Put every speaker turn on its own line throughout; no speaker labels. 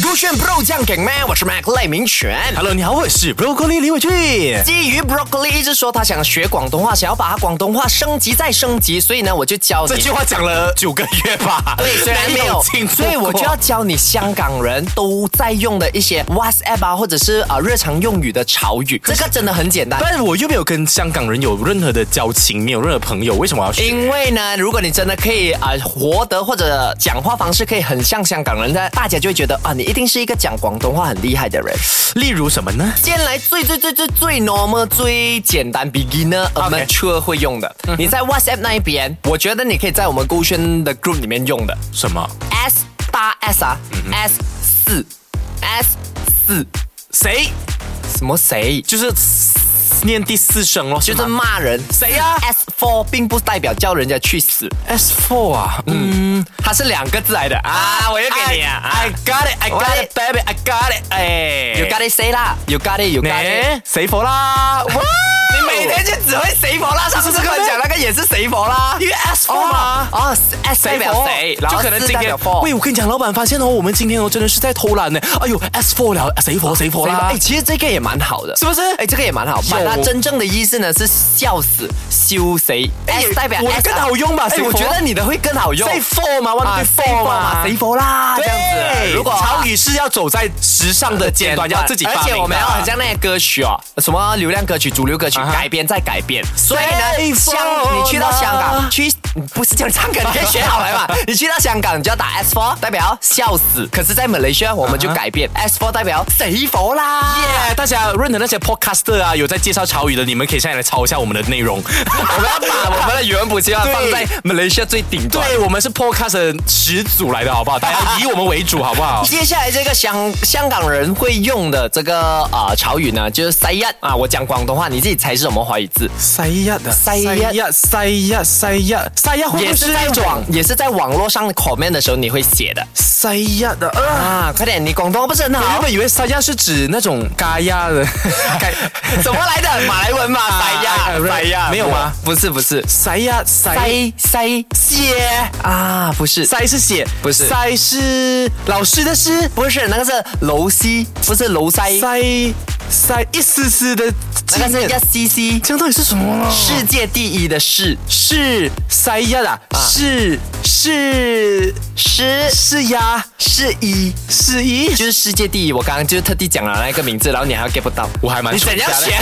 酷炫 Bro 酱梗咩？我是 Mac 赖明全。
Hello，你好，我是 Broccoli 李伟俊。
基于 Broccoli 一直说他想学广东话，想要把他广东话升级再升级，所以呢，我就教
这
你。
句话讲了九个月吧？
对，虽然没有
进，步
所以我就要教你香港人都在用的一些 WhatsApp 啊，或者是啊、日常用语的潮语，这个真的很简单。
但我又没有跟香港人有任何的交情，没有任何朋友，为什么我要学？
因为呢，如果你真的可以啊、活得或者讲话方式可以很像香港人，那大家就会觉得啊，你一定是一个讲广东话很厉害的人。
例如什么呢？
先来最最最最最 normal 最简单 beginner
OK
amateur 会用的，你在 WhatsApp 那一边，我觉得你可以在我们勾选的 group 里面用的
什么？
S 大 S 啊，S 四 S 四
谁？
什么谁？
就是念第四声咯，
就
就是是
骂人，
谁呀
？S four 并不代表叫人家去死，
S four 啊，嗯
它是两个字来的啊！我又给你啊啊
，I got it，I got it，baby，I got it，哎
！You got it say 啦，You got it，You got it。
呢？谁佛啦？哦哇！
你每天就只会谁佛啦，上次
是这
跟
个
我
咩
讲那个也是谁佛啦，
因为 S four 嘛。
哦，S 代表谁？然
就
后
可能
四
今
代表
天
four，
喂，我跟你讲，老板发现哦，我们今天哦真的是在偷懒呢。哎呦，S four 了，谁佛谁佛
谁吧
啦
哎，？其实这个也蛮好的，
是不是
哎，这个也蛮好，把它真正的意思呢是笑死、羞谁
哎
，S 代表
我的
S 啊
更好用吧
哎
谁佛
我觉得你的会更好用。
谁佛嘛，
啊
万对
谁佛
佛嘛，
谁佛啦，这样子。
如
如
果
果啊
潮语是要走在时尚的尖端，要自己发明的
而且我们要很像那些歌曲哦，什么流量歌曲、主流歌曲
啊哈
改编再改编。所以
谁疯
呢，香
了
你去到香港去。不是叫你唱歌，你可以学好来嘛。 你去到香港，你就要打 S four，代表笑死。可是，在马来西亚，我们就
啊
改变 S four 代表谁佛啦。
耶！大家认得那些 podcaster 啊，有在介绍潮语的，你们可以现在来抄一下我们的内容。
我们要把我们的语文补习班
对
放在马来西亚最顶端。
对我们是 podcast 的始祖来的，好不好？大家以我们为主，好不好？
接下来这个香香港人会用的这个呃潮语呢，就是塞亚啊。我讲广东话，你自己猜是什么华语字？
塞亚的
塞一
塞亚塞亚塞亚会
也
不
是
是
在
那种
网也是在网络上 comment 的时候你会写的
塞亚的啊？
啊。快点，你广东话不是很
我原
好？
本以为塞亚是指那种嘎亚的，
怎么来的？马来文嘛，塞
哎哎
亚，塞亚
没有吗？
不是不是，
塞亚塞
塞塞
谢
啊，不是。
塞是写，
不是
塞是老师的师。
不是，那个是楼西，不是楼塞，
塞塞一丝丝的
那个
经
是
验
要西西，
这样到底是什么啊？
世界第一的世，
是塞亚啦，啊是是
是
是呀，
是一，
是一。
就是世界第一。我刚刚就是特地讲了那个名字，然后你还 get 不到，
我还蛮
你怎样
熟悉
学？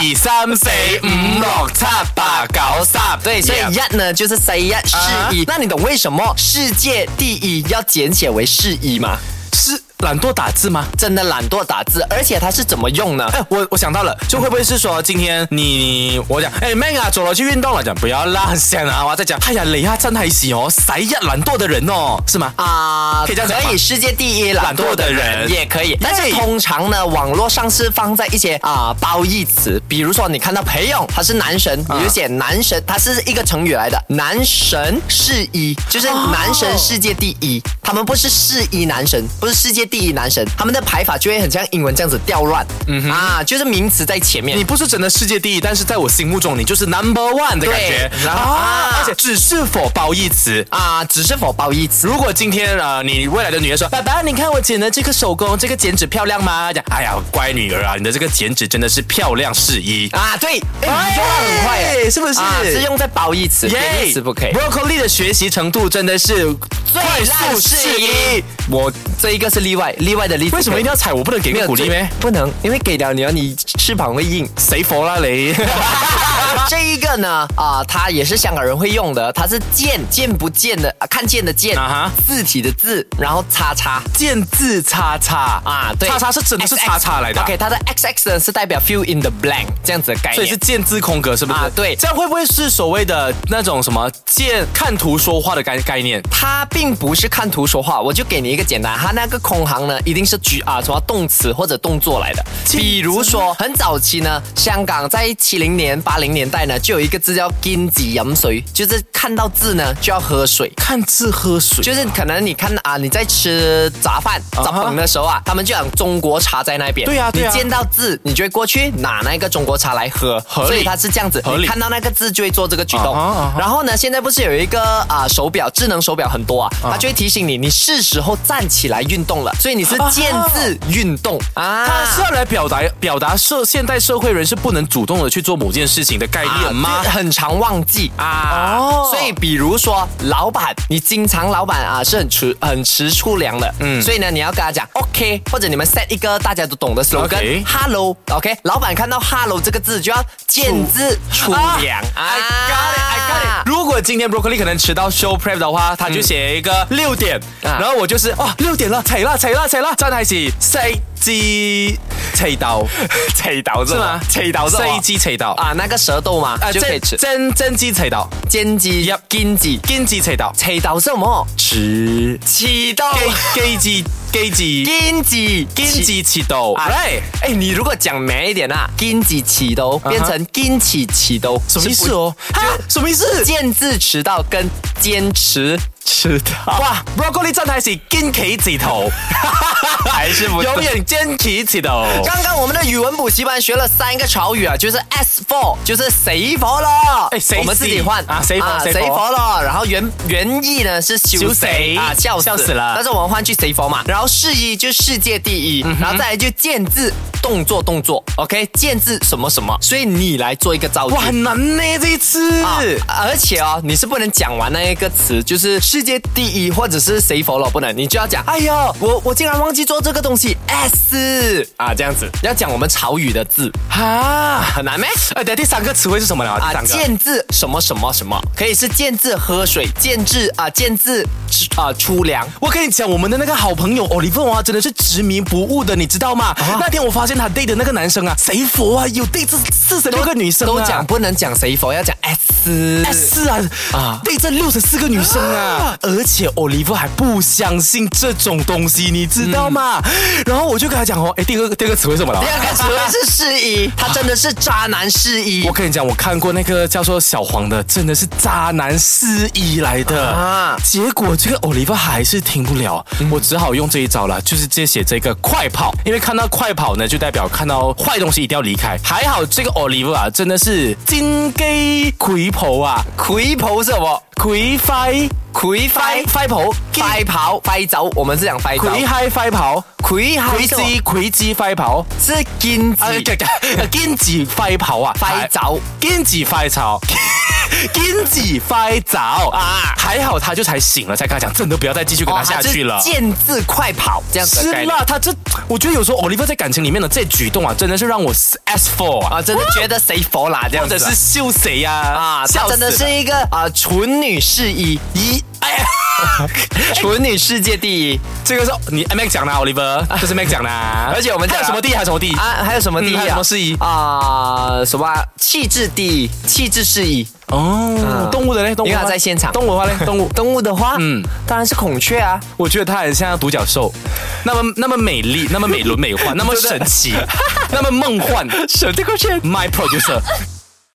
一二三四五六七八九十，
对，所以
Yeah
一呢就是 say 一是一，那你懂为什么世界第一要简写为是一吗？
是懒惰打字吗？
真的懒惰打字，而且它是怎么用呢？
哎，我我想到了，就会不会是说今天你我讲，哎，man 啊，走了去运动了，讲不要啦，很香啊，我在讲，哎呀，雷亚真还行哦，塞亚懒惰的人哦，是吗？
啊、
可以这样讲吗
可以世界第一懒惰的人也可以，但是通常呢，网络上是放在一些啊、褒义词，比如说你看到裴勇他是男神，
啊
你就写男神，他是一个成语来的，男神是一，就是男神世界第一，他们不是世一男神，不是世界第一男神，他们的排法就会很像英文这样子调乱，嗯哼啊，就是名词在前面
你。不是真的世界第一，但是在我心目中你就是 number one 的感觉
对啊
啊！而且只是否褒义词。
啊，只是否褒义词？
如果今天啊、呃你未来的女儿说：“爸爸，你看我剪的这个手工，这个剪纸漂亮吗？”讲：“哎呀，乖女儿啊，你的这个剪纸真的是漂亮是一。
啊，对，哎，
哎
你用的很快耶，
是不是
啊是用在褒义词，贬义词不可以。
Broccoli 的学习程度真的是快速适应。
我这一个是例外，例外的例子。
为什么一定要踩我？不能给
没
个
有
鼓励咩？？
不能，因为给了你，你翅膀会硬。
谁佛啦你？
这一个呢，啊、它也是香港人会用的，它是见见不见的，啊看见的见
啊哈
字体的字，然后叉叉。
见字叉叉
啊，对，
叉叉是真的是
XX
叉叉来的啊。
OK，它的 XX 呢是代表 fill in the blank 这样子的概念，
所以是见字空格，是不是？
哎啊对
这样会不会是所谓的那种什么见看图说话的概概念？
他并不是看图说话，我就给你一个简单，他那个空通行呢，一定是举啊什么动词或者动作来的。比如说，很早期呢，香港在七零年、八零年代呢，就有一个字叫“金子饮水”，就是看到字呢就要喝水。
看字喝水，
就是可能你看啊，你在吃杂饭、
啊
杂
哈
粉的时候啊，他们就讲中国茶在那边。
对啊对啊
你见到字，你就会过去拿那个中国茶来喝，
合理
所以他是这样子，
合理
你看到那个字就会做这个举
啊
动。
哈啊哈
然后呢，现在不是有一个啊手表，智能手表很多啊，它就会提醒你，你是时候站起来运动了，所以你是见字运动啊。
他是要来表达表达社现代社会人是不能主动的去做某件事情的概
啊
念吗
这？很常忘记啊。
哦
所以比如说，老板，你经常老板啊是很迟很迟出粮的，嗯，所以呢，你要跟他讲 OK，或者你们 set 一个大家都懂的
OK
slogan，Hello，OK，、老板看到 Hello 这个字就要见字出粮啊
啊 I got it, I got it。如果今天 broccoli 可能迟到 show prep 的话，他就写一个六点，
啊
然后我就是哇六点了，齐啦齐啦齐啦，真系是四 支齐豆，
切到
是吗？
切到
四支齐豆啊，
啊，那个舌头嘛，就可以吃
真真支齐豆，
煎鸡、筋鸡、
金支齐豆，
切到什么？
迟
起到
哦鸡鸡支鸡 鸡
筋鸡、
金支齐豆
啊
，right。
哎，你如果讲美一点啊，金起起都变成金起起都，
啊什么意思
是不？
哦？哈，什么意思？
见字迟到跟坚持迟到，
哇，broccoli 真係是堅企字 頭，
还是不
永遠堅企字頭。
刚刚我们的语文补习班学了三个潮语啊，就是 S for 就是谁佛了，
哎谁
我们自己换
啊谁佛谁佛
谁佛了，然后原原意呢是修
修谁
啊笑死
笑死了
但是我们换去谁佛嘛，然后世一就世界第一，
嗯
然后再来就见字动作动作，OK 见字什么什么，所以你来做一个造句
哇，。很難呢這一次。
啊而且哦，你是不能讲完那一个词，就是世界第一或者是谁否了，不能，你就要讲，哎呦，我我竟然忘记做这个东西，s 啊，这样子，要讲我们潮语的字，
啊，
很难咩？
哎，等下第三個詞彙是什麼了？第
啊，
三個。
见字什么什么什么，可以是见字喝水，见字啊，见字吃啊粗粮，
我跟你讲，我们的那个好朋友 Oliver 啊，真的是执迷不悟的，你知道吗？
啊
那天我发现他 date 的那个男生啊，谁佛啊，有 date 这四十六个女生、啊、
都讲不能讲谁否，要讲 s。
是啊，啊
啊，
对这六十四个女生啊，而且 Oliver 还不相信这种东西，你知道吗？然后我就跟他讲哦，哎，第二个第二个词汇是什么了
嗯第？二个词汇是适 宜，他真的是渣男适宜
我。跟你讲，我看过那个叫做小黄的，真的是渣男失忆来的啊
啊！嗯
结果这个 Oliver 还是停不了，我只好用这一招了，就是直接写这个快跑，因为看到快跑呢，就代表看到坏东西一定要离开。还好这个 Oliver 啊，真的是金鸡鬼婆啊，
魁婆是什么？
鬼快
魁
快
飞。
快跑，
快跑快走，我们是讲快走。
鬼嗨快跑，
魁还
鬼
是
鸡鬼鸡快跑，
是金子
啊， 金鸡快跑啊，
快走，
金鸡快跑。金鸡快走啊！还好他就才醒了，才跟他讲，真的不要再继续跟他下去了。
哦还是见字快跑这样子
是
的概念。
啦，他这我觉得有时候 Oliver 在感情里面的这举动啊，真的是让我 S for 啊，
啊，真的觉得谁佛啦这样
或
子
者
啊，
是秀谁呀啊，
啊，
笑
他
死
真
了
的是一个啊纯女世一一，哎呀，
哎
纯女世界第一
这个是你 Mac 讲的啊，Oliver，这是 Mac 讲的啊，
而且我们
还有
讲啊
什么第一，还有什么第一？
啊，还有什么第一
嗯
啊？
还有什么世一
啊？什么啊气质第一，气质世一。嗯
哦，动物的嘞，动物
你
的
看
话
在现场
动物的话嘞，动物
动物的话，
嗯
嗯，当然是孔雀啊。
我觉得她很像独角兽，那么那么美 丽，那么美轮美奂，那么神奇，那么梦幻。
省这个雀
My producer，